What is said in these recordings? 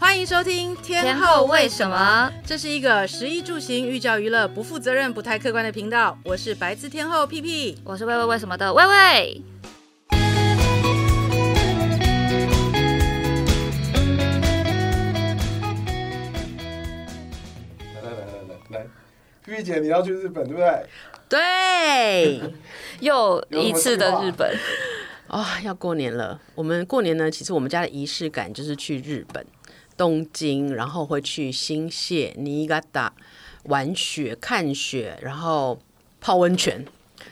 欢迎收听《天天后为什么》，这是一个食衣住行、寓教于乐、不负责任、不太客观的频道。我是白字天后屁屁。我是喂喂为什么的喂喂。来来来来来来，玉姐你要去日本对不对？对， 又一次的日本，啊、要过年了。我们过年呢，其实我们家的仪式感就是去日本东京，然后会去新泻、尼嘎达玩雪、看雪，然后泡温泉。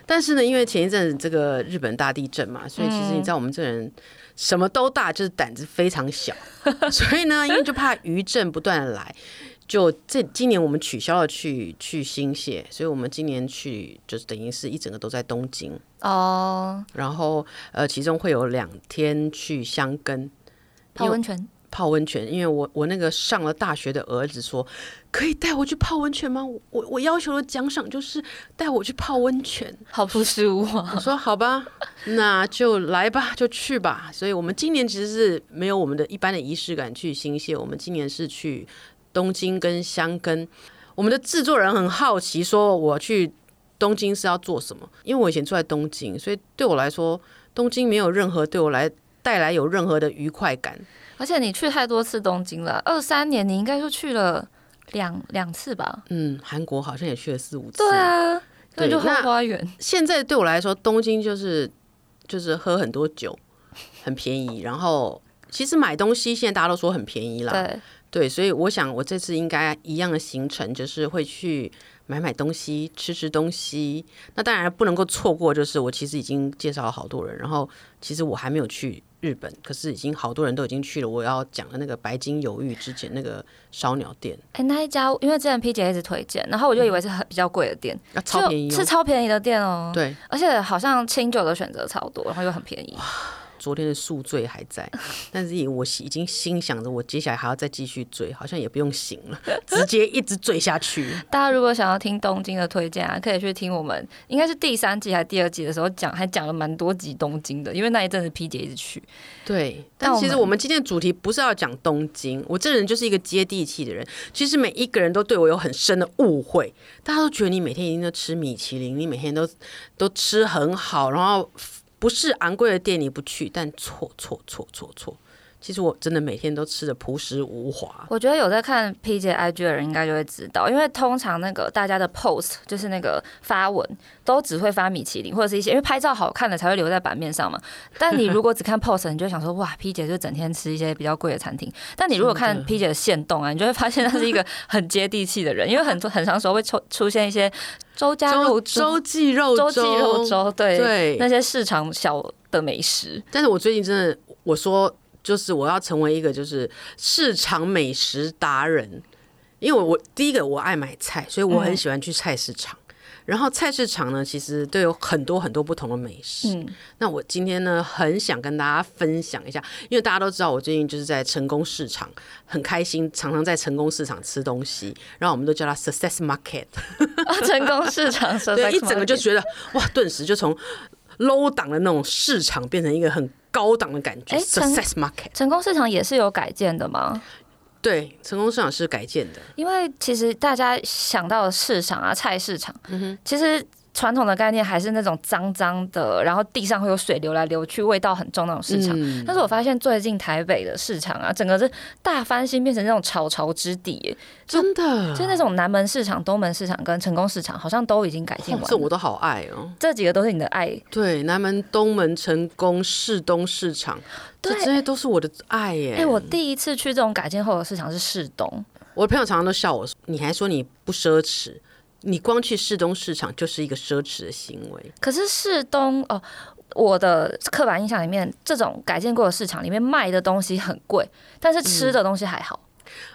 但是呢，因为前一阵子这个日本大地震嘛，所以其实你知道我们这人什么都大，就是胆子非常小。所以呢，因为就怕余震不断地来，就这今年我们取消了去去新泻，所以我们今年去就是等于是一整个都在东京。 哦，然后呃，其中会有两天去香根泡温泉，泡温泉，因为我我那个上了大学的儿子说，可以带我去泡温泉吗？我我我要求的奖赏就是带我去泡温泉。好朴实无华。我说好吧，那就来吧，就去吧。所以我们今年其实是没有我们的一般的仪式感去新泻，我们今年是去东京跟香根。我们的制作人很好奇，说我去东京是要做什么？因为我以前住在东京，所以对我来说，东京没有任何对我来带来有任何的愉快感。 而且你去太多次东京了，二三年你应该就去了两两次吧？嗯，韩国好像也去了四五次。对啊，那对就后那花园。现在对我来说，东京就是就是喝很多酒，很便宜。然后其实买东西现在大家都说很便宜啦，对，对，所以我想我这次应该一样的行程就是会去买买东西、吃吃东西。那当然不能够错过，就是我其实已经介绍了好多人，然后其实我还没有去日本，可是已经好多人都已经去了。我要讲的那个白金犹豫之前那个烧鸟店哎、那一家因为之前 P 姐一直推荐，然后我就以为是很比较贵的店，啊，超便宜、就是哦。超便宜的店哦。对，而且好像清酒的选择超多，然后又很便宜。昨天的宿醉还 在，但是我已经心想着我接下来还要再继续醉，好像也不用醒 了，直接一直醉下去。大家如果想要听东京的推荐啊，可以去听我们应该是第三季还是第二季的时候讲，还讲了蛮多集东京的，因为那一阵子 P 姐一直去。对，但但其我实们我们今天的主题不是要讲东京，我这人就是一个接地气的人。其实每一个人都对我有很深的误会，大家都觉得你每天一定都吃米其林，你每天都都吃很好，然后不是昂贵的店你不去，但错错错错错。其实我真的每天都吃的朴实无华，我觉得有在看 P 姐 IG 的人应该就会知道，因为通常那个大家的 post 就是那个发文都只会发米其林或者是一些因为拍照好看的才会留在版面上嘛。但你如果只看 post，你就会想说哇，P 姐就整天吃一些比较贵的餐厅。但你如果看 P 姐的线动啊，你就会发现她是一个很接地气的人，因为很多很长时候会出出现一些周家肉周粥周、记肉周记肉粥，对对那些市场小的美食。但是我最近真的，我说就是我要成为一个就是市场美食达人，因为我我第一个我爱买菜，所以我很喜欢去菜市场。然后菜市场呢，其实都有很多很多不同的美食。嗯，那我今天呢，很想跟大家分享一下，因为大家都知道我最近就是在成功市场很开心，常常在成功市场吃东西，然后我们都叫它 Success Market。啊，成功市 场对，一整个就 Society 觉得哇，顿时就从 low 档的那种市场变成一个很高档的感觉哎成，success market。成功市场也是有改建的吗？对，成功市场是改建的，因为其实大家想到的市场啊，菜市场，嗯其实传统的概念还是那种脏脏的，然后地上会有水流来流去，味道很重那种市场。嗯但是我发现最近台北的市场啊，整个是大翻新，变成那种潮潮之地耶，真的，就是那种南门市场、东门市场跟成功市场，好像都已经改建哦完这我了。都好爱哦。这几个都是你的爱，对，南门、东门、成功、市东市场，这对这些都是我的爱耶。哎、我第一次去这种改建后的市场是市东，我的朋友常常都笑我，你还说你不奢侈，你光去市东市场就是一个奢侈的行为。可是市东哦，我的刻板印象里面，这种改建过的市场里面卖的东西很贵，但是吃的东西还好。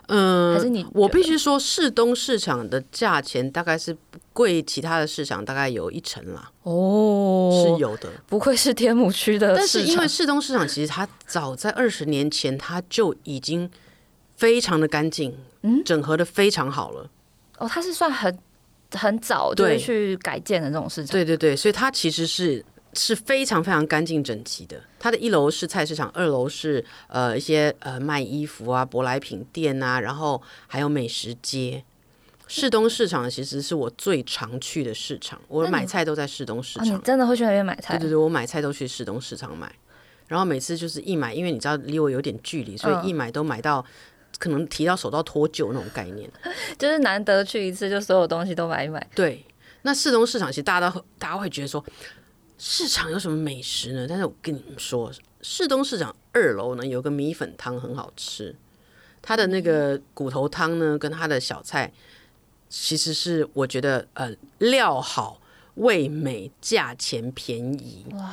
嗯，还是你我觉得必须说，市东市场的价钱大概是贵其他的市场大概有一成啦。哦是，有的，不愧是天母区的但是市因为场。市东市场其实它早在二十年前，它就已经非常的干净，嗯整合的非常好了。哦，它是算很很早就会对去改建的那种市场。对对对，所以它其实是是非常非常干净整齐的。它的一楼是菜市场，二楼是呃一些呃卖衣服啊、舶来品店啊，然后还有美食街。市东市场其实是我最常去的市场，我买菜都在市东市哦，你场。真的会去那边买菜？对对对，我买菜都去市东市场买，然后每次就是一买，因为你知道离我有点距离，所以一买都买到可能提到手到脱臼那种概念。 就是难得去一次，就所有东西都买一买。对，那市中市场其实大家都大家会觉得说，市场有什么美食呢？但是我跟你们说，市东市场二楼呢有个米粉汤很好吃，它的那个骨头汤呢跟它的小菜，其实是我觉得呃料好、味美、价钱便宜。哇！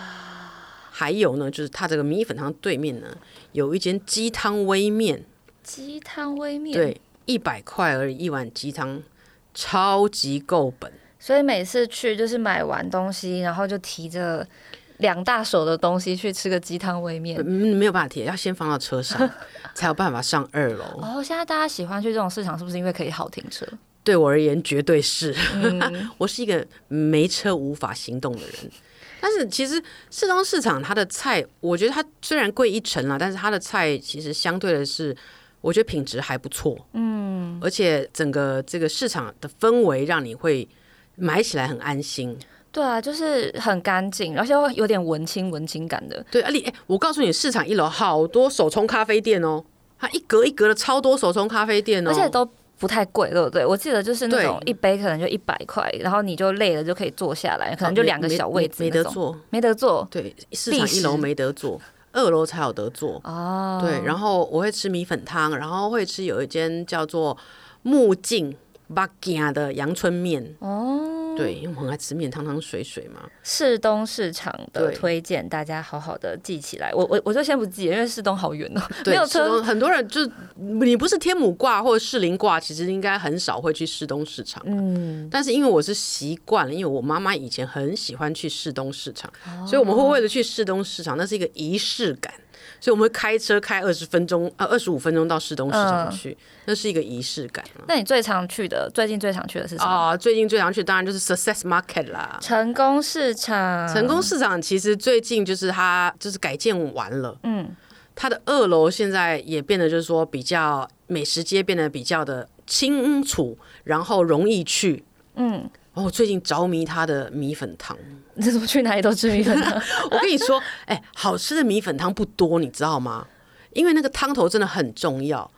还有呢，就是它这个米粉汤对面呢有一间鸡汤微面，鸡汤微面，，对，一百块而已一碗鸡汤，超级够本。所以每次去就是买完东西，然后就提着两大手的东西去吃个鸡汤微面。嗯，没有办法贴，要先放到车 上才有办法上二楼。哦，现在大家喜欢去这种市场，是不是因为可以好停车？对我而言，绝对是。嗯 我是一个没车无法行动的人。但是其实市中市场它的菜，我觉得它虽然贵一成啦，但是它的菜其实相对的是，我觉得品质还不错。嗯，而且整个这个市场的氛围让你会买起来很安心。对啊，就是很干净，而且又有点文青文青感的。对，而且哎，我告诉你，市场一楼好多手冲咖啡店哦，它一格一格的超多手冲咖啡店哦，而且都不太贵，对不对？我记得就是那对种一杯可能就一百块，然后你就累了就可以坐下来，可能就没两个没小没位置没那得种，坐。哦没得坐对，市历场一史楼没得坐，二楼才有得坐。哦。对，然后我会吃米粉汤，然后会吃有一间叫做木镜八家的阳春面。哦，对，因为我很爱吃面，汤汤水水嘛。市东市场的对推荐，大家好好的记起来。我我我就先不记，因为市东好远哦、对没有市东车。很多人就是你不是天母挂或者士林挂，其实应该很少会去市东市场。嗯，但是因为我是习惯了，因为我妈妈以前很喜欢去市东市场，哦所以我们会为了去市东市场，那是一个仪式感，所以我们会开车开二十分钟，呃，二十五分钟到市东市场嗯去，那是一个仪式感啊那你最常去的，最近最常去的是什么？啊。最近最常去当然就是 Success Market 啦。成功市场，成功市场其实最近就是它就是改建完了，嗯， 它的二楼现在也变得就是说比较美食街变得比较的清楚，然后容易去，嗯，哦，我最近着迷它的米粉汤。你怎么去哪里都吃米粉 汤？我跟你说，哎、好吃的米粉汤不多，你知道吗？因为那个汤头真的很重要。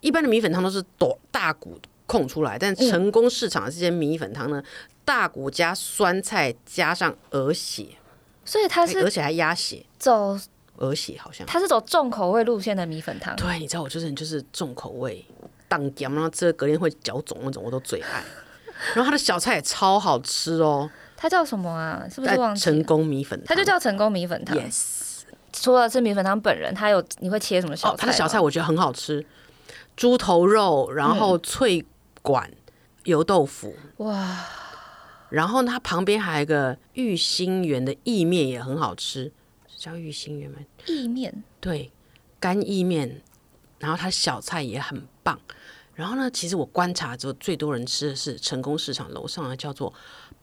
一般的米粉汤都是多大骨控出来，嗯但成功市场的这些米粉汤呢，大骨加酸菜加上鹅血，所以它哎而是且还鸭血，走，鹅血好像。它是走重口味路线的米粉汤。对，你知道我就是人就是重口味，当咸，然后这隔天会脚肿那种，我都最爱。然后它的小菜也超好吃哦，它叫什么啊？是不是在忘记呃成了？功米粉汤，它就叫成功米粉汤。 yes。除了吃米粉汤本人，它有你会切什么小哦菜吗？，啊它的小菜我觉得很好吃，猪头肉，然嗯后脆管、油豆腐，哇，然后它旁边还有一个玉心园的意面也很好吃，是叫玉心园吗？意面对，干意面，然后它小菜也很棒。然后呢，其实我观察之后，最多人吃的是成功市场楼上的叫做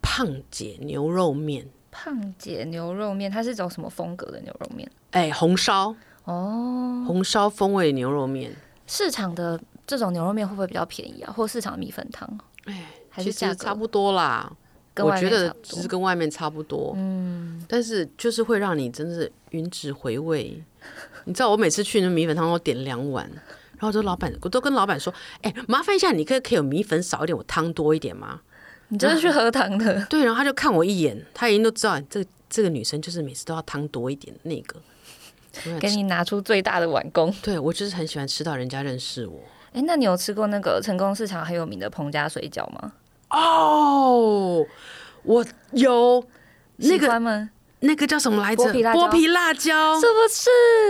胖姐牛肉面，胖姐牛肉面，它是走什么风格的牛肉面？哎，红烧哦，红烧风味牛肉面。市场的这种牛肉面会不会比较便宜啊？或市场米粉汤？哎，还是其价实差格不多啦，跟我外觉面差得不其实多？跟外面差不多，嗯，但是就是会让你真的是云指回味。你知道我每次去那米粉汤都点两碗，然后我就老板我都跟老板说，哎、麻烦一下，你可以可以有米粉少一点，我汤多一点吗？你就是去喝汤 的，对，然后他就看我一眼，他已经都知道这这个女生就是每次都要汤多一点那个。我给想你拿出最大的碗工。对我就是很喜欢吃到人家认识我哎，那你有吃过那个成功市场很有名的彭家水饺吗？哦，我有那喜个欢吗？那个叫什么来着？剥皮辣椒剥皮辣椒是不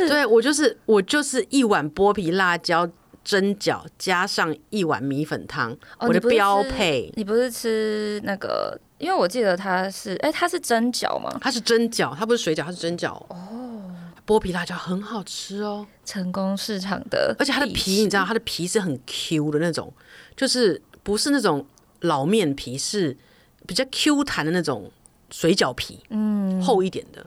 是？对我就是我就是一碗剥皮辣椒蒸饺，加上一碗米粉汤，哦我你的不是标吃配。你不是吃那个？因为我记得它是，哎，它是蒸饺吗？它是蒸饺，它不是水饺，它是蒸饺。哦，剥皮辣椒很好吃哦，成功市场的，而且它的皮你知道，它的皮是很 Q 的那种，就是不是那种老面皮，是比较 Q 弹的那种水饺皮，嗯，厚一点的，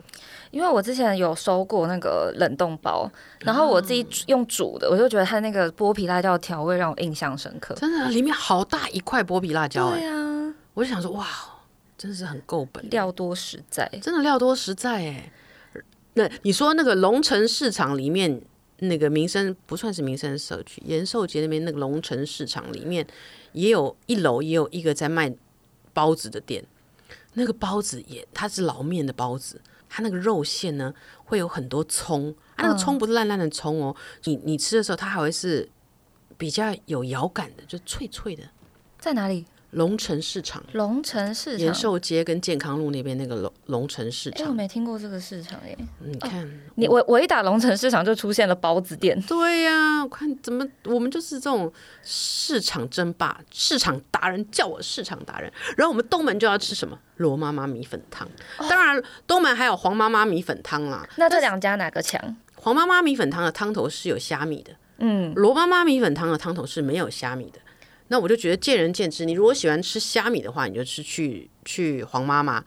因为我之前有收过那个冷冻包，然后我自己啊煮用煮的，我就觉得它那个剥皮辣椒调味让我印象深刻。真的里啊面好大一块剥皮辣椒哎、对啊，我就想说哇，真的是很够本，料多实在。真的料多实在哎、那你说那个龙城市场里面，那个民生不算是民生社区，延寿街那边那个龙城市场里面，也有一楼也有一个在卖包子的店，那个包子也它是老面的包子，它那个肉馅呢会有很多葱，啊，那个葱不是烂烂的葱哦，你你吃的时候它还会是比较有咬感的，就脆脆的。在哪里？龙城市场、龙城市延场。寿街跟健康路那边那个龙龙城市哎、我场，没听过这个市场耶！你看。你我我一打龙城市场就出现了包子店，对呀、我看怎么我们就是这种市场争霸，市场达人叫我市场达人。然后我们东门就要吃什么罗妈妈米粉汤，哦当然东门还有黄妈妈米粉汤啦。那这两家哪个强？黄妈妈米粉汤的汤头是有虾米的，嗯，罗妈妈米粉汤的汤头是没有虾米的。那我就觉得见仁见智，你如果喜欢吃虾米的话，你就吃去去黄妈妈；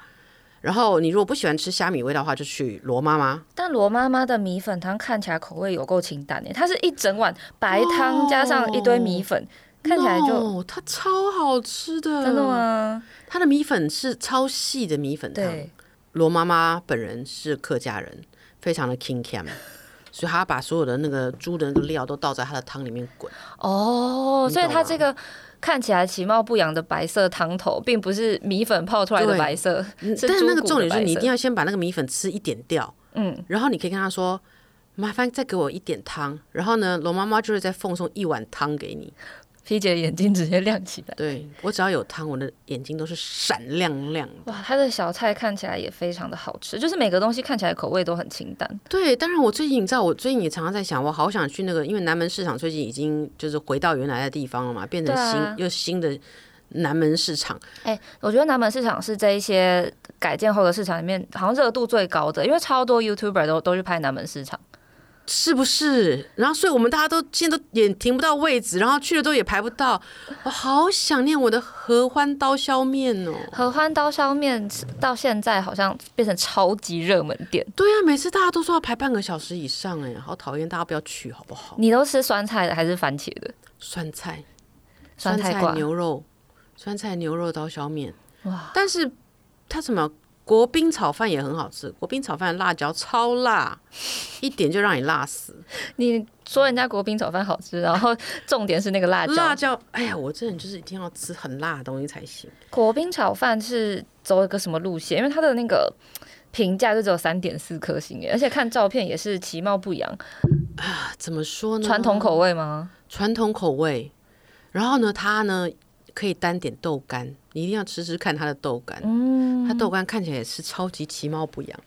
然后你如果不喜欢吃虾米味道的话，就去罗妈妈。但罗妈妈的米粉汤看起来口味有够清淡耶，它是一整碗白汤加上一堆米粉，看起来就 No，它超好吃的，真的？吗？它的米粉是超细的米嗯粉汤。对，罗妈妈本人是客家人，非常的 king cam，所以 她把所有的那个猪的那个料都倒在她的汤里面滚。哦，你所以懂它吗这个看起来其貌不扬的白色汤头，并不是米粉泡出来的对白色，嗯是但是那个猪骨的重点是白你一色定要先把那个米粉吃一点掉，嗯，然后你可以跟她说。麻烦再给我一点汤，然后呢，罗妈妈就会再奉送一碗汤给你。皮姐的眼睛直接亮起来。对我只要有汤，我的眼睛都是闪亮亮的。哇，它的小菜看起来也非常的好吃，就是每个东西看起来口味都很清淡。对，当然我最近你知道，我最近也常常在想，我好想去那个，因为南门市场最近已经就是回到原来的地方了嘛，变成对啊新、又新的南门市场。哎、我觉得南门市场是这一些改建后的市场里面，好像热度最高的，因为超多 YouTuber 都都去拍南门市场。是不是？然后，所以我们大家都现在都也停不到位置，然后去了都也排不到。我好想念我的合欢刀削面哦！合欢刀削面是到现在好像变成超级热门店，对啊，每次大家都说要排半个小时以上，哎，好讨厌！大家不要去好不好？你都吃酸菜的还是番茄的？酸菜、酸菜酸菜挂牛肉、酸菜牛肉刀削面，哇！但是它什么国宾炒饭也很好吃，国宾炒饭的辣椒超 辣，一点就让你辣死。你说人家国宾炒饭好吃，然后重点是那个辣椒。 辣椒，哎呀，我这人就是一定要吃很辣的东西才行。国宾炒饭是走一个什么路线？因为它的那个评价就只有三点四颗星耶，而且看照片也是其貌不扬，啊怎么说呢？传统口味吗？传统口味，然后呢，它呢可以单点豆干，你一定要吃吃看它的豆干。嗯，它豆干看起来也是超级其貌不扬，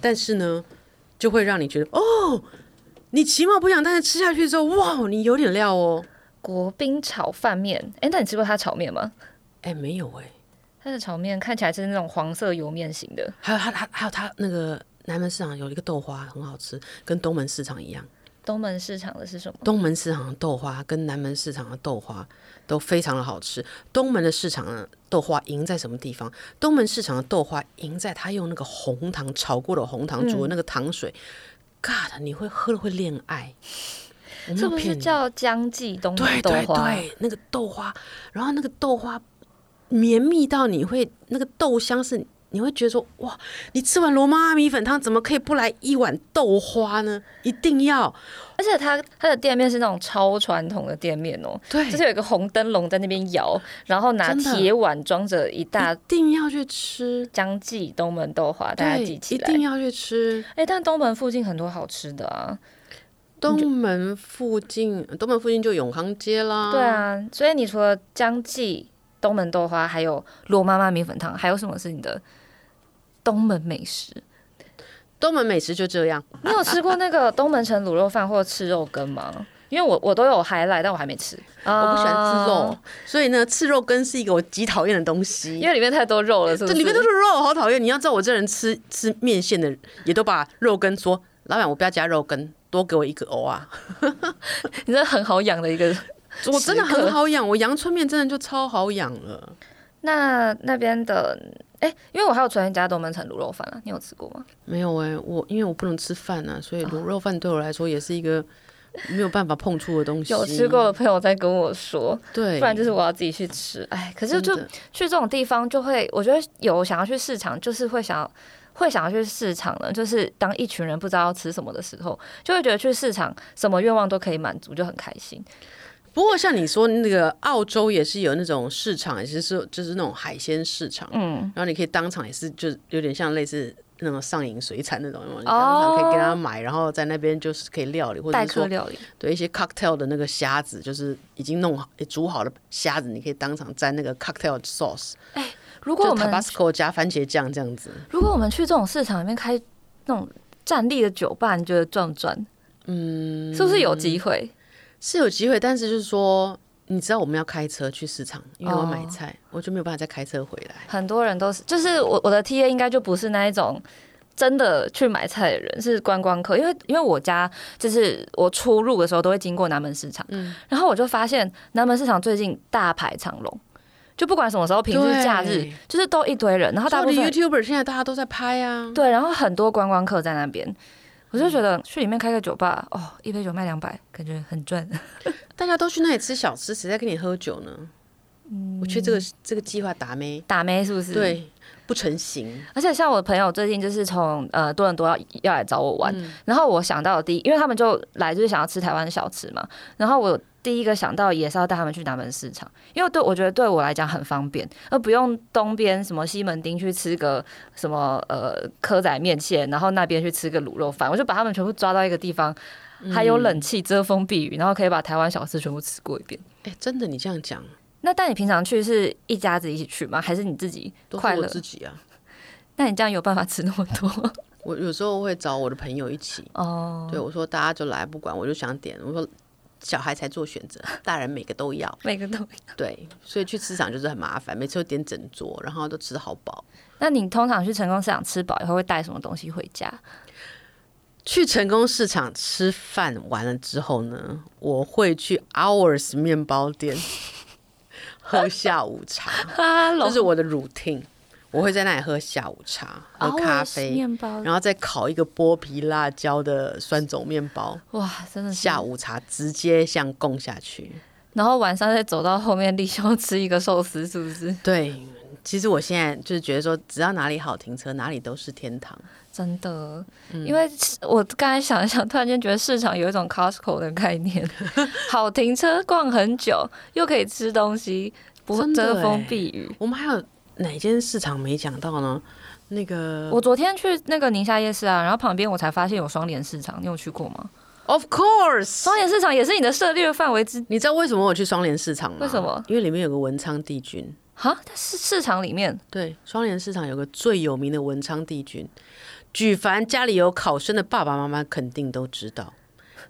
但是呢，就会让你觉得哦，你其貌不扬，但是吃下去之后，哇，你有点料哦。国宾炒饭面，哎、那你吃过它炒面吗？哎，没有哎、它的炒面看起来是那种黄色油面型的，还有它它还有它那个南门市场有一个豆花很好吃，跟东门市场一样。东门市场的是什么？东门市场的豆花跟南门市场的豆花都非常的好吃。东门的市场的豆花赢在什么地方？东门市场的豆花赢在它用那个红糖炒过的红糖嗯煮的那个糖水、g o d 你会喝了会恋爱。我没是有不骗是你叫江记东对门豆对花？对，那个豆花，然后那个豆花绵密到你会那个豆香是，你会觉得说哇，你吃完罗妈妈米粉汤怎么可以不来一碗豆花呢？一定要而且它它的店面是那种超传统的店面哦、对，就是有一个红灯笼在那边摇，然后拿真的铁碗装着一大一定要去吃。江记东门豆花，大家对，记起一来。定要去吃。哎、但东门附近很多好吃的啊，东门附近，东门附近就永康街啦。对，啊，所以你除了江记东门豆花，还有罗妈妈米粉汤，还有什么是你的东门美食？东门美食就这样。你有吃过那个东门城卤肉饭或吃肉羹吗？因为我我都有还来，但我还没吃。我不喜欢吃肉啊，所以呢，吃肉羹是一个我极讨厌的东西因。为里面太多肉了，是不这是？里面都是肉，好讨厌！你要知道，我这人吃吃面线的，也都把肉羹说，老板我不要加肉羹，多给我一个 藕啊！ 你真的很好养的一个。我真的很好养，我阳春面真的就超好养了。那那边的哎、因为我还有传人家东门城卤肉饭啊，你有吃过吗？没有哎、我因为我不能吃饭啊，所以卤肉饭对我来说也是一个没有办法碰触的东西。有吃过的，朋友在跟我说，对，不然就是我要自己去吃。哎，可是就真的去这种地方，就会我觉得有想要去市场，就是会想要会想要去市场的，就是当一群人不知道要吃什么的时候，就会觉得去市场什么愿望都可以满足，就很开心。不过像你说那个澳洲也是有那种市场，也是说就是那种海鲜市场，嗯，然后你可以当场也是就是有点像类似那种上瘾水产那种，有没有你哦当场可以跟他买，然后在那边就是可以料理，或者代是客说料理，对一些 cocktail 的那个虾子，就是已经弄好煮好的虾子，你可以当场沾那个 cocktail sauce，如果就我们哦 Tabasco 加番茄酱这样子。如果我们去这种市场里面开那种站立的酒吧，你觉得赚不赚？嗯，是不是有机会？是有机会，但是就是说，你知道我们要开车去市场，因为我要哦买菜，我就没有办法再开车回来。很多人都是，就是我我的 T A 应该就不是那一种真的去买菜的人，是观光客。因为因为我家就是我出入的时候都会经过南门市场，嗯然后我就发现南门市场最近大排长龙，就不管什么时候，平日对假日就是都一堆人，然后大大部部分分 YouTuber 现在大家都在拍啊，对，然后很多观光客在那边。我就觉嗯得去里面开个酒吧，哦，一杯酒卖两百，感觉很赚。大家都去那里吃小吃，谁在跟你喝酒呢？我觉得这个这个计划达咩？打妹是不是？嗯对，不成形。而且像我朋友最近就是从呃多伦多要要来找我玩，嗯然后我想到的第一，因为他们就来就是想要吃台湾小吃嘛，然后我第一个想到也是要带他们去南门市场，因为对我觉得对我来讲很方便，而不用东边什么西门町去吃个什么呃蚵仔面线，然后那边去吃个卤肉饭，我就把他们全部抓到一个地方。还嗯有冷气遮风避雨，然后可以把台湾小吃全部吃过一遍。哎、真的，你这样讲，那但你平常去是一家子一起去吗？还是你自己都是快我乐？自己啊。那你这样有办法吃那么多？我有时候会找我的朋友一起，哦，对我说大家就来，不管我就想点，我说小孩才做选择， 大人每个都要。每个都。对，所以去市场就是很麻烦，每次都点整桌，然后都吃好饱。那你通常去成功市场吃饱以后会带什么东西回家？去成功市场吃饭完了之后呢，我会去 Hours 面包 店喝下午茶，哈喽这是我的 routine。我会在那里喝下午茶、喝咖啡，哦面包，然后再烤一个剥皮辣椒的酸种面包。哇，真的是下。午茶直接像供下去。然后晚上再走到后面立休吃一个寿司，是不是？对，其实我现在就是觉得说，只要哪里好停车，哪里都是天堂。真的，嗯因为我刚才想一想，突然间觉得市场有一种 Costco 的概 念，好停车逛很久，又可以吃东西，不真的遮风欸避雨。我们还有哪间市场没讲到呢？那个我昨天去那个宁夏夜市啊，然后旁边我才发现有双联市场，你有去过吗？ ，Of course，双联市场也是你的涉猎范围之你知道为什么我去双联市场吗？为什么？因为里面有个文昌帝君。哈，但是市场里面对，双联市场有个最有名的文昌帝君，举凡家里有考生的爸爸妈妈肯定都知道，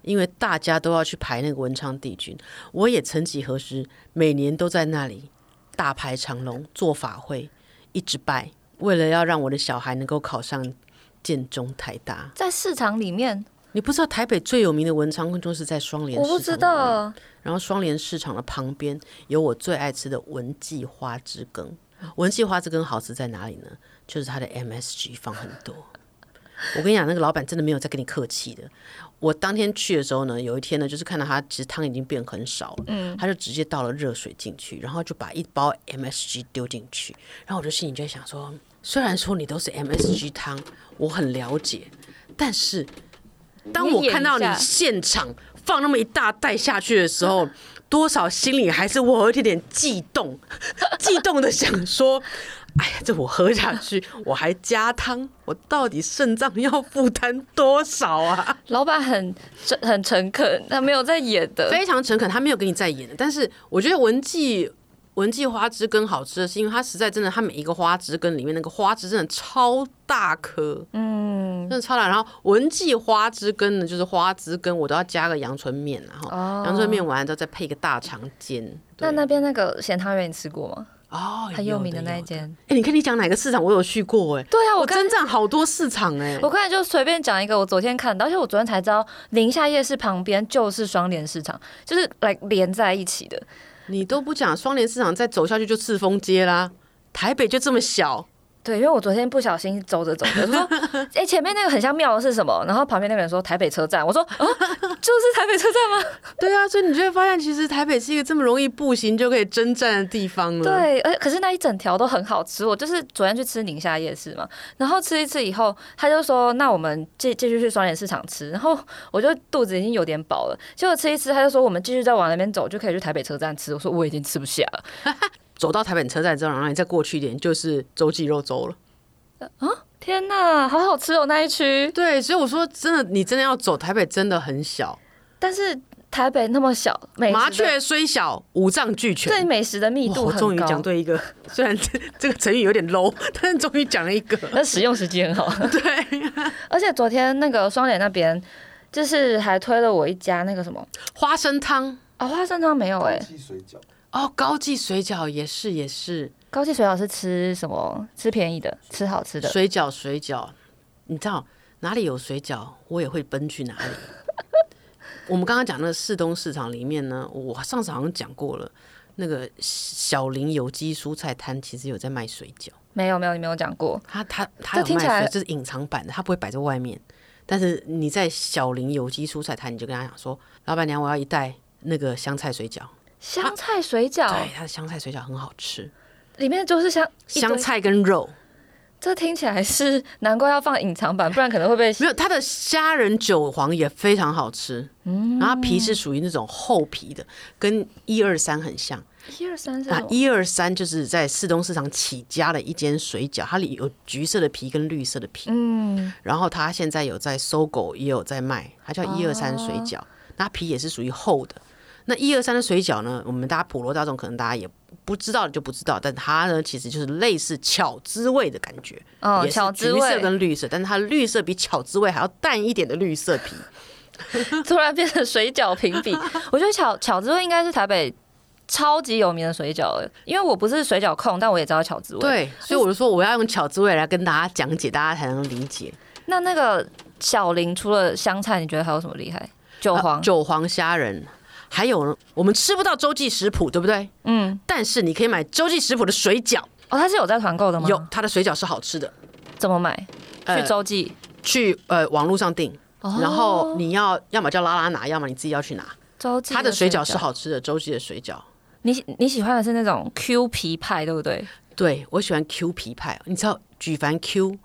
因为大家都要去排那个文昌帝君。我也曾几何时，每年都在那里大排长龙做法会，一直拜，为了要让我的小孩能够考上建中台大。在市场里面，你不知道台北最有名的文昌宫是在双联市我场，不知。道。然后双联市场的旁边有我最爱吃的文记花枝羹。文记花枝羹好吃在哪里呢？就是它的 MSG 放很多。我跟你讲，那个老板真的没有在跟你客气的。我当天去的时候呢，有一天呢，就是看到他其实汤已经变很少了，嗯他就直接倒了热水进去，然后就把一包 MSG 丢进去。然后我就心里就在想说，虽然说你都是 MSG 汤，我很了解，但是当我演看一到你下现场放那么一大袋下去的时候，多少心里还是我有一点点悸动， 悸动的想说。哎呀，这我喝下 去，我还加汤，我到底肾脏要负担多少啊？老板很诚很诚恳，他没有在演的。 非常诚恳，他没有给你再演的。但是我觉得文记文记花枝羹好吃的是，因为它实在真的，它每一个花枝羹里面那个花枝真的超大颗，嗯，真的超大。然后文记花枝羹呢，就是花枝羹，我都要加个阳春面啊，哈、阳春面完了之后再配一个大肠煎。对哦那那边那个咸汤圆你吃过吗？哦，很有有名的那一有间。哎、你看你讲哪个市场，我有去过哎、对啊，我我刚征战好多市场哎、我刚才就随便讲一个，我昨天看到，而且我昨天才知道，宁夏夜市旁边就是双联市场，就是来连在一起的。你都不讲双联市场，再走下去就赤峰街啦。台北就这么小，对，因为我昨天不小心走着走着，我说：“ 哎、前面那个很像庙的是什么？”然后旁边那个人说：“台北车站。”我说：“啊，就是台北车站吗对啊，所以你就会发现，其实台北是一个这么容易步行就可以征战的地方？”了。，对，而可是那一整条都很好吃。我就是昨天去吃宁夏夜市嘛，然后吃一次以后，他就说：“那我们继继续去双连市场吃。”然后我就肚子已经有点饱了，结果吃一吃，他就说：“我们继续再往那边走，就可以去台北车站吃。”我说：“我已经吃不下了。走到台北车站之后，然后你再过去一点，就是周记肉粥了。”天呐，好好吃哦那一区！对，所以我说真的，你真的要走台北真的很小，但是台北那么小，美食的麻雀虽小，五脏俱全。对美食的密哇度我很高，终于讲对一个，虽然这这个成语有点 low，但是终于讲了一个。那使用时间很 好。对、而且昨天那个双联那边，就是还推了我一家那个什么花生汤啊、花生汤没有哎、空气水饺，哦，高记水饺也是也是，高级水饺是吃什么？吃便宜的，吃好吃的。水饺水饺，你知道哪里有水饺，我也会奔去哪里。 我们刚刚讲那个市东市场里面呢，我上次好像讲过了，那个小林有机蔬菜摊其实有在卖水饺，没有没有，你没有讲过。他他他有这听卖起水来饺，这是隐藏版的，他不会摆在外面。但是你在小林有机蔬菜摊，你就跟他讲说，老板娘，我要一袋那个香菜水饺。香菜水饺、对，它的香菜水饺很好吃，里面就是香一堆香，菜跟肉这听起来是难怪要放隐藏版，不然可能会被 没有它的虾仁韭黄也非常好吃，嗯，然后它皮是属于那种厚皮的，跟一二三很像。一二三是什那么？啊一二三就是在市东市场起家的一间水饺，它里有橘色的皮跟绿色的皮，嗯，然后它现在有在搜狗也有在卖，它叫一二三水饺，那皮也是属于厚的。那一二三的水饺呢，我们大家普罗大众可能大家也不知道就不知道，但它呢其实就是类似巧滋味的感觉，哦，也是巧滋橘色味跟绿色，但是它绿色比巧滋味还要淡一点的绿色皮。 突然变成水饺评 比。我觉得巧巧滋味应该是台北超级有名的水饺了，因为我不是水饺控，但我也知道巧滋味。，对，所以我就说我要用巧滋味来跟大家讲解，大家才能理解。那那个小林除了香菜，你觉得还有什么厉害？韭黄、啊韭黄虾仁，还有我们吃不到周记食谱，对不对？嗯，但是你可以买周记食谱的水饺，哦，它是有在团购的吗？有，它的水饺是好吃的，怎么买？呃去周记。去呃网络上订。哦然后你要要么叫拉拉拿，要么你自己要去拿。周记它的水水饺是。好吃的，周记的水饺。你喜你喜欢的是那种 Q 皮派，对不对？对我喜欢 Q 皮派，你知道举凡 Q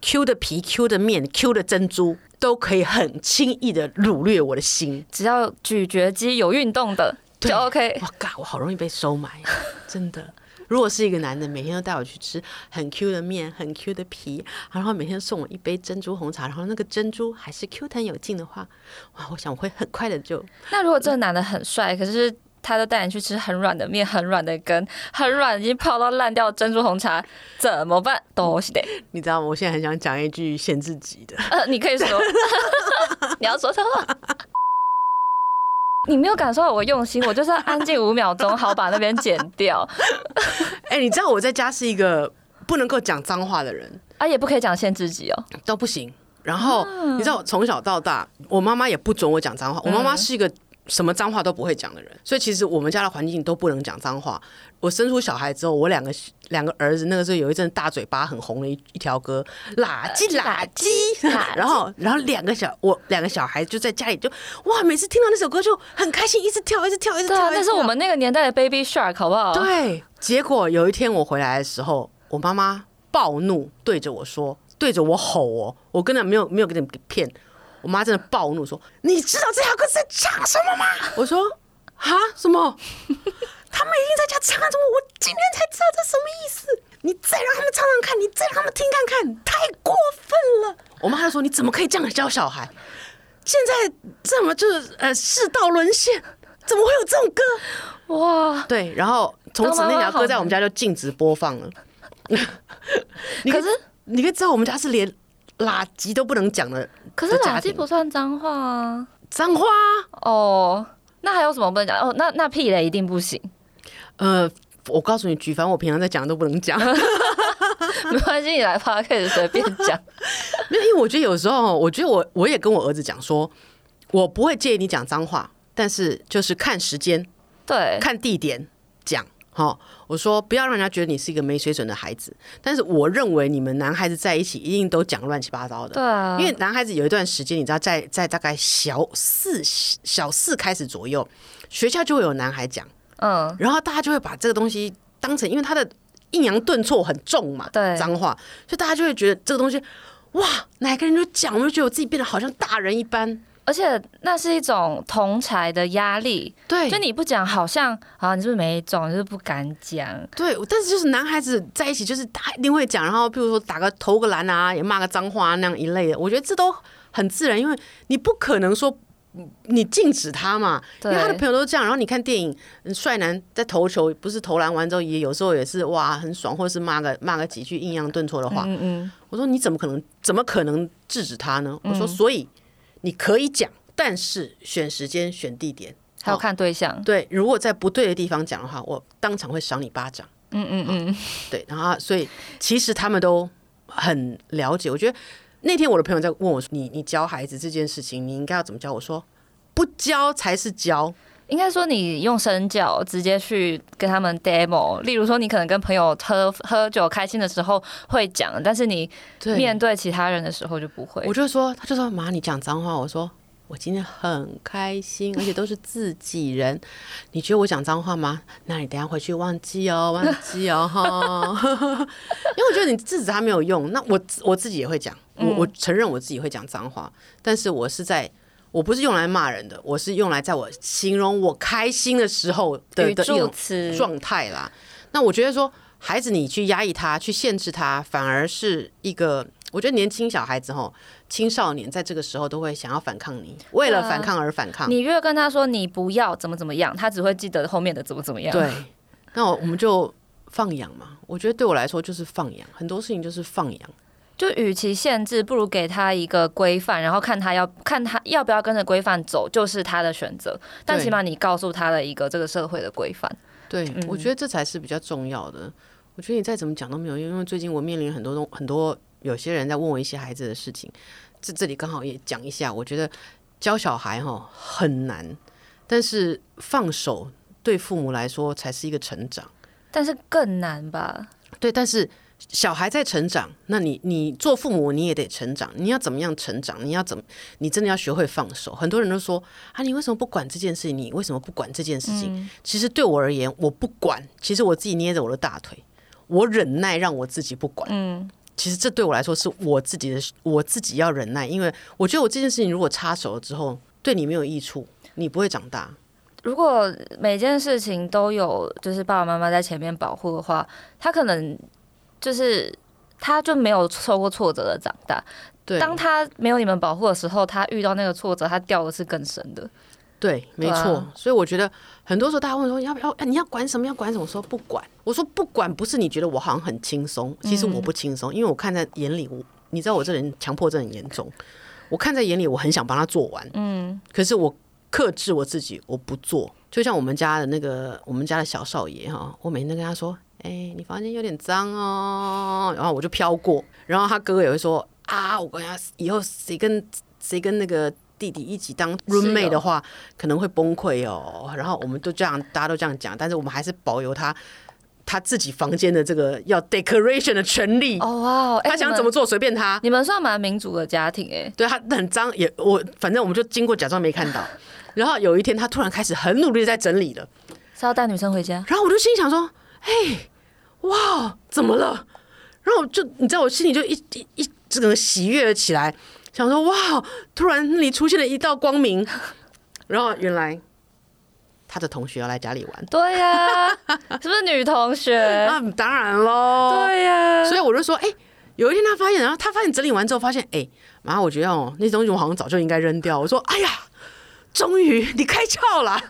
Q 的皮、Q 的面、Q 的珍珠，都可以很轻易的掳掠我的心。只要咀嚼肌有运动的就对 OK。哇嘎，我好容易被收买，啊 真的。如果是一个男的，每天都带我去吃很 Q 的面、很 Q 的皮，然后每天送我一杯珍珠红茶，然后那个珍珠还是 Q 弹有劲的话，哇，我想我会很快的就那如果这个男的很帅，可是他都带你去吃很软的面、很软的羹、很软已经泡到烂掉的珍珠红茶，怎么办？都是得，你知道吗？我现在很想讲一句限制级的，呃，你可以说， 你要说什么？你没有感受到我用心，我就是要安静五秒钟，好把那边剪掉，哎、你知道我在家是一个不能够讲脏话的人，啊，也不可以讲限制级哦。都不行。然后啊你知道，我从小到大，我妈妈也不准我讲脏话。嗯我妈妈是一个什么脏话都不会讲的人，所以其实我们家的环境都不能讲脏话。我生出小孩之后，我两个两个儿子，那个时候有一阵大嘴巴很红的一一条歌，垃圾垃圾。垃圾然后然后两个小我两个小孩就在家里就哇，每次听到那首歌就很开心，一直跳，一直跳，一直对啊，跳。一直那是跳我们那个年代的 Baby Shark，好不好？对，结果有一天我回来的时候，我妈妈暴怒对着我说，对着我吼哦，我根本没有没有给你们骗，我妈真的暴怒说：“你知道这条歌在唱什么吗？”我说：“啊，什么？他们已经在家唱什么？我今天才知道这什么意思。”你再让他们唱唱看，你再让他们听看看，太过分了！我妈就说：“你怎么可以这样教小孩？现在这么就是呃世道沦陷，怎么会有这种歌？”哇，对，然后从此那条歌在我们家就禁止播放了。你可是你可以知道，我们家是连垃圾都不能讲的，可是的垃家圾庭不算脏话啊。脏话啊。哦，那还有什么不能讲？哦，那那屁嘞一定不行，呃，我告诉你，举凡我平常在讲的都不 能讲，没关系，你来 p 可以随便 讲。没有，因为我觉得有时候，我觉得我我也跟我儿子讲说，我不会介意你讲脏话，但是就是看时间、对，看地点讲。好、我说不要让人家觉得你是一个没水准的孩子。但是我认为你们男孩子在一起一定都讲乱七八糟的，对啊，因为男孩子有一段时间，你知道在，在大概小四小四开始左右，学校就会有男孩讲，嗯，然后大家就会把这个东西当成，因为他的抑扬顿挫很重嘛，对脏话，所以大家就会觉得这个东西，哇，哪个人都讲，我就觉得我自己变得好像大人一般。而且那是一种同才的压力，对，就你不讲，好像啊，你是不是没种，你是不是不敢讲，对，但是就是男孩子在一起，就是他一定会讲，然后譬如说打个投个篮啊，也骂个脏话、啊、那样一类的，我觉得这都很自然，因为你不可能说嗯你禁止他嘛，因对为他的朋友都这样。然后你看电影，嗯帅男在投球，不是投篮完之后，也有时候也是哇很爽，或者是骂个骂个几句抑扬顿挫的话。嗯嗯，我说你怎么可能怎么可能制止他呢？我说所以你可以讲，但是选时间选地点。还有好看对象，对，如果在不对的地方讲的话，我当场会赏你巴掌。嗯嗯嗯，对，然后所以其实他们都很了解。我觉得那天我的朋友在问我说：“你你教孩子这件事情，你应该要怎么教？”我说：“不教才是教。应该说你用身教直接去跟他们 demo，例如说你可能跟朋友喝喝酒开心的时候会讲，但是你对面对其他人的时候就不会我。就说，他就说：“妈，你讲脏话。”我说：“我今天很开心，而且都是自己人。 你觉得我讲脏话吗？那你等一下回去忘记哦，忘记哦， 哈。因为我觉得你制止他没有用。那我我自己也会讲，我嗯我承认我自己会讲脏话，但是我是在。我不是用来骂人的，我是用来在我形容我开心的时候的语的一助种词，状态啦。那我觉得说，孩子你去压抑他，去限制他，反而是一个，我觉得年轻小孩子吼，青少年在这个时候都会想要反抗你，为了反抗而反抗。你越跟他说你不要怎么怎么样，他只会记得后面的怎么怎么样。对，那我我们就放养嘛。我觉得对我来说就是放养，很多事情就是放养。就与其限制，不如给他一个规范，然后看他要看他要不要跟着规范走，就是他的选择。但对起码你告诉他了一个这个社会的规范。对，我觉得这才是比较重要的。我觉得你再怎么讲都没有用，因为最近我面临很多东很多有些人在问我一些孩子的事情，这这里刚好也讲一下。我觉得教小孩哈很难，但是放手对父母来说才是一个成长。但是更难吧？对，但是小孩在成长，那你你做父母你也得成长，你要怎么样成长？你要怎么？你真的要学会放手。很多人都说啊，你为什么不管这件事情？你为什么不管这件事情？嗯其实对我而言，我不管，其实我自己捏着我的大腿，我忍耐让我自己不管。嗯，其实这对我来说是我自己的，我自己要忍耐，因为我觉得我这件事情如果插手了之后，对你没有益处，你不会长大。如果每件事情都有就是爸爸妈妈在前面保护的话，他可能就是他就没有受过挫折的长大。对，当他没有你们保护的时候，他遇到那个挫折，他掉的是更深的。对，没对啊错。所以我觉得很多时候大家问说要不要，哎你要管什么？要管什么？我说不管。我说不管，不是你觉得我好像很轻松，嗯其实我不轻松，因为我看在眼里，我你知道我这人强迫症很严重，我看在眼里，我很想帮他做完，嗯，可是我克制我自己，我不做。就像我们家的那个，我们家的小少爷哈，我每天都跟他说：“哎、你房间有点脏哦。”然后我就飘过，然后他哥哥也会说：“啊，我跟他以后谁跟谁跟那个弟弟一起当 roommate 的话，可能会崩溃哦。”然后我们都这样，大家都这样讲，但是我们还是保留他他自己房间的这个要 decoration 的权利。哦哇哦，哎他想你们怎么做随便他，你们算蛮民主的家庭哎、对他很脏，也我反正我们就经过假装没看到。然后有一天他突然开始很努力地在整理了，是要带女生回 家？然后我就心想说：“哎，哇，怎么了？”然后我就你知道，我心里就一一一整个喜悦了起来，想说：“哇，突然那里出现了一道光明。”然后原来他的同学要来家里玩，对呀、是不是女同 学？那当然喽。对 呀、所以我就说，哎、有一天他发现，然后他发现整理完之后发现，哎、妈，我觉得哦，那东西我好像早就应该扔掉。我说，哎呀，终于你开窍 了。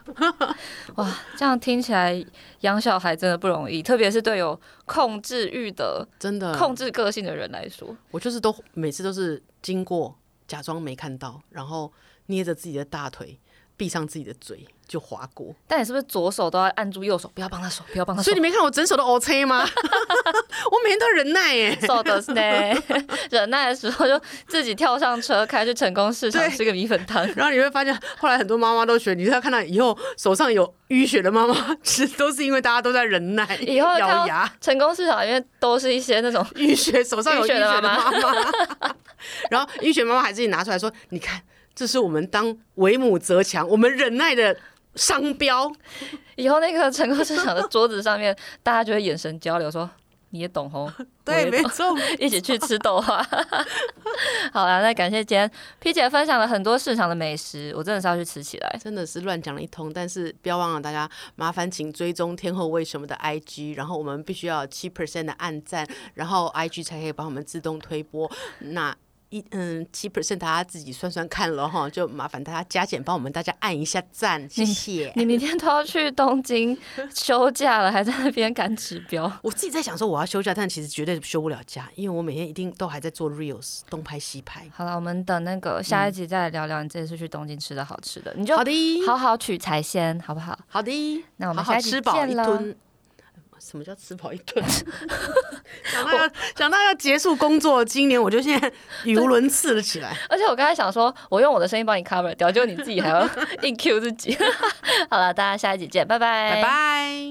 哇，这样听起来养小孩真的不容易，特别是对有控制欲的、真的，控制个性的人来说。我就是都每次都是经过，假装没看到，然后捏着自己的大腿，闭上自己的嘴，就划过。但你是不是左手都要按住右手，不要帮他手，不要帮他手所以你？没看我整手都 OK 吗？我每天都忍耐耶。手的呢？ 忍耐的时候就自己跳上车开去成功市场对吃个米粉汤。然后你会发现，后来很多妈妈都学，你要看到以后手上有淤血的妈妈， 其实都是因为大家都在忍耐，以后看咬到牙成功市场，因为都是一些那种 淤血，手上有淤淤血血的的妈妈妈。 然后淤血妈妈还自己拿出来说：“你看，这是我们当为母则强，我们忍耐的商标。以后那个成功市场的桌子上面， 大家就会眼神交流，说你也懂哦，我也 对，没懂错。一起去吃豆花。 好啦，那感谢今天 P 姐分享了很多市场的美食，我真的是要去吃起 来。 真的是乱讲了一通，但是不要忘了大家，麻烦请追踪天后为什么的 IG，然后我们必须要有七 percent 的暗赞，然后 IG 才可以帮我们自动推播。那一嗯七 percent 大家自己算算看了哈，就麻烦大家加减帮我们大家按一下赞，谢谢。你明天都要去东京休假了，还在那边赶指标。 我自己在想说我要休假，但其实绝对休不了假，因为我每天一定都还在做 reels，东拍西拍。好了，我们等那个下一集再来聊聊你这次去东京吃的好吃的，你就好的，好好取材先，好不好？好的，那我们好下好一集吃饱见一了顿。什么叫吃饱一顿？ 想到要想到要结束工作，今年我就现在语无伦次 了起来。而且我刚才想说，我用我的声音帮你 cover 掉，结果你自己还要硬 Q 自己。好了，大家下一集见，拜拜，拜拜。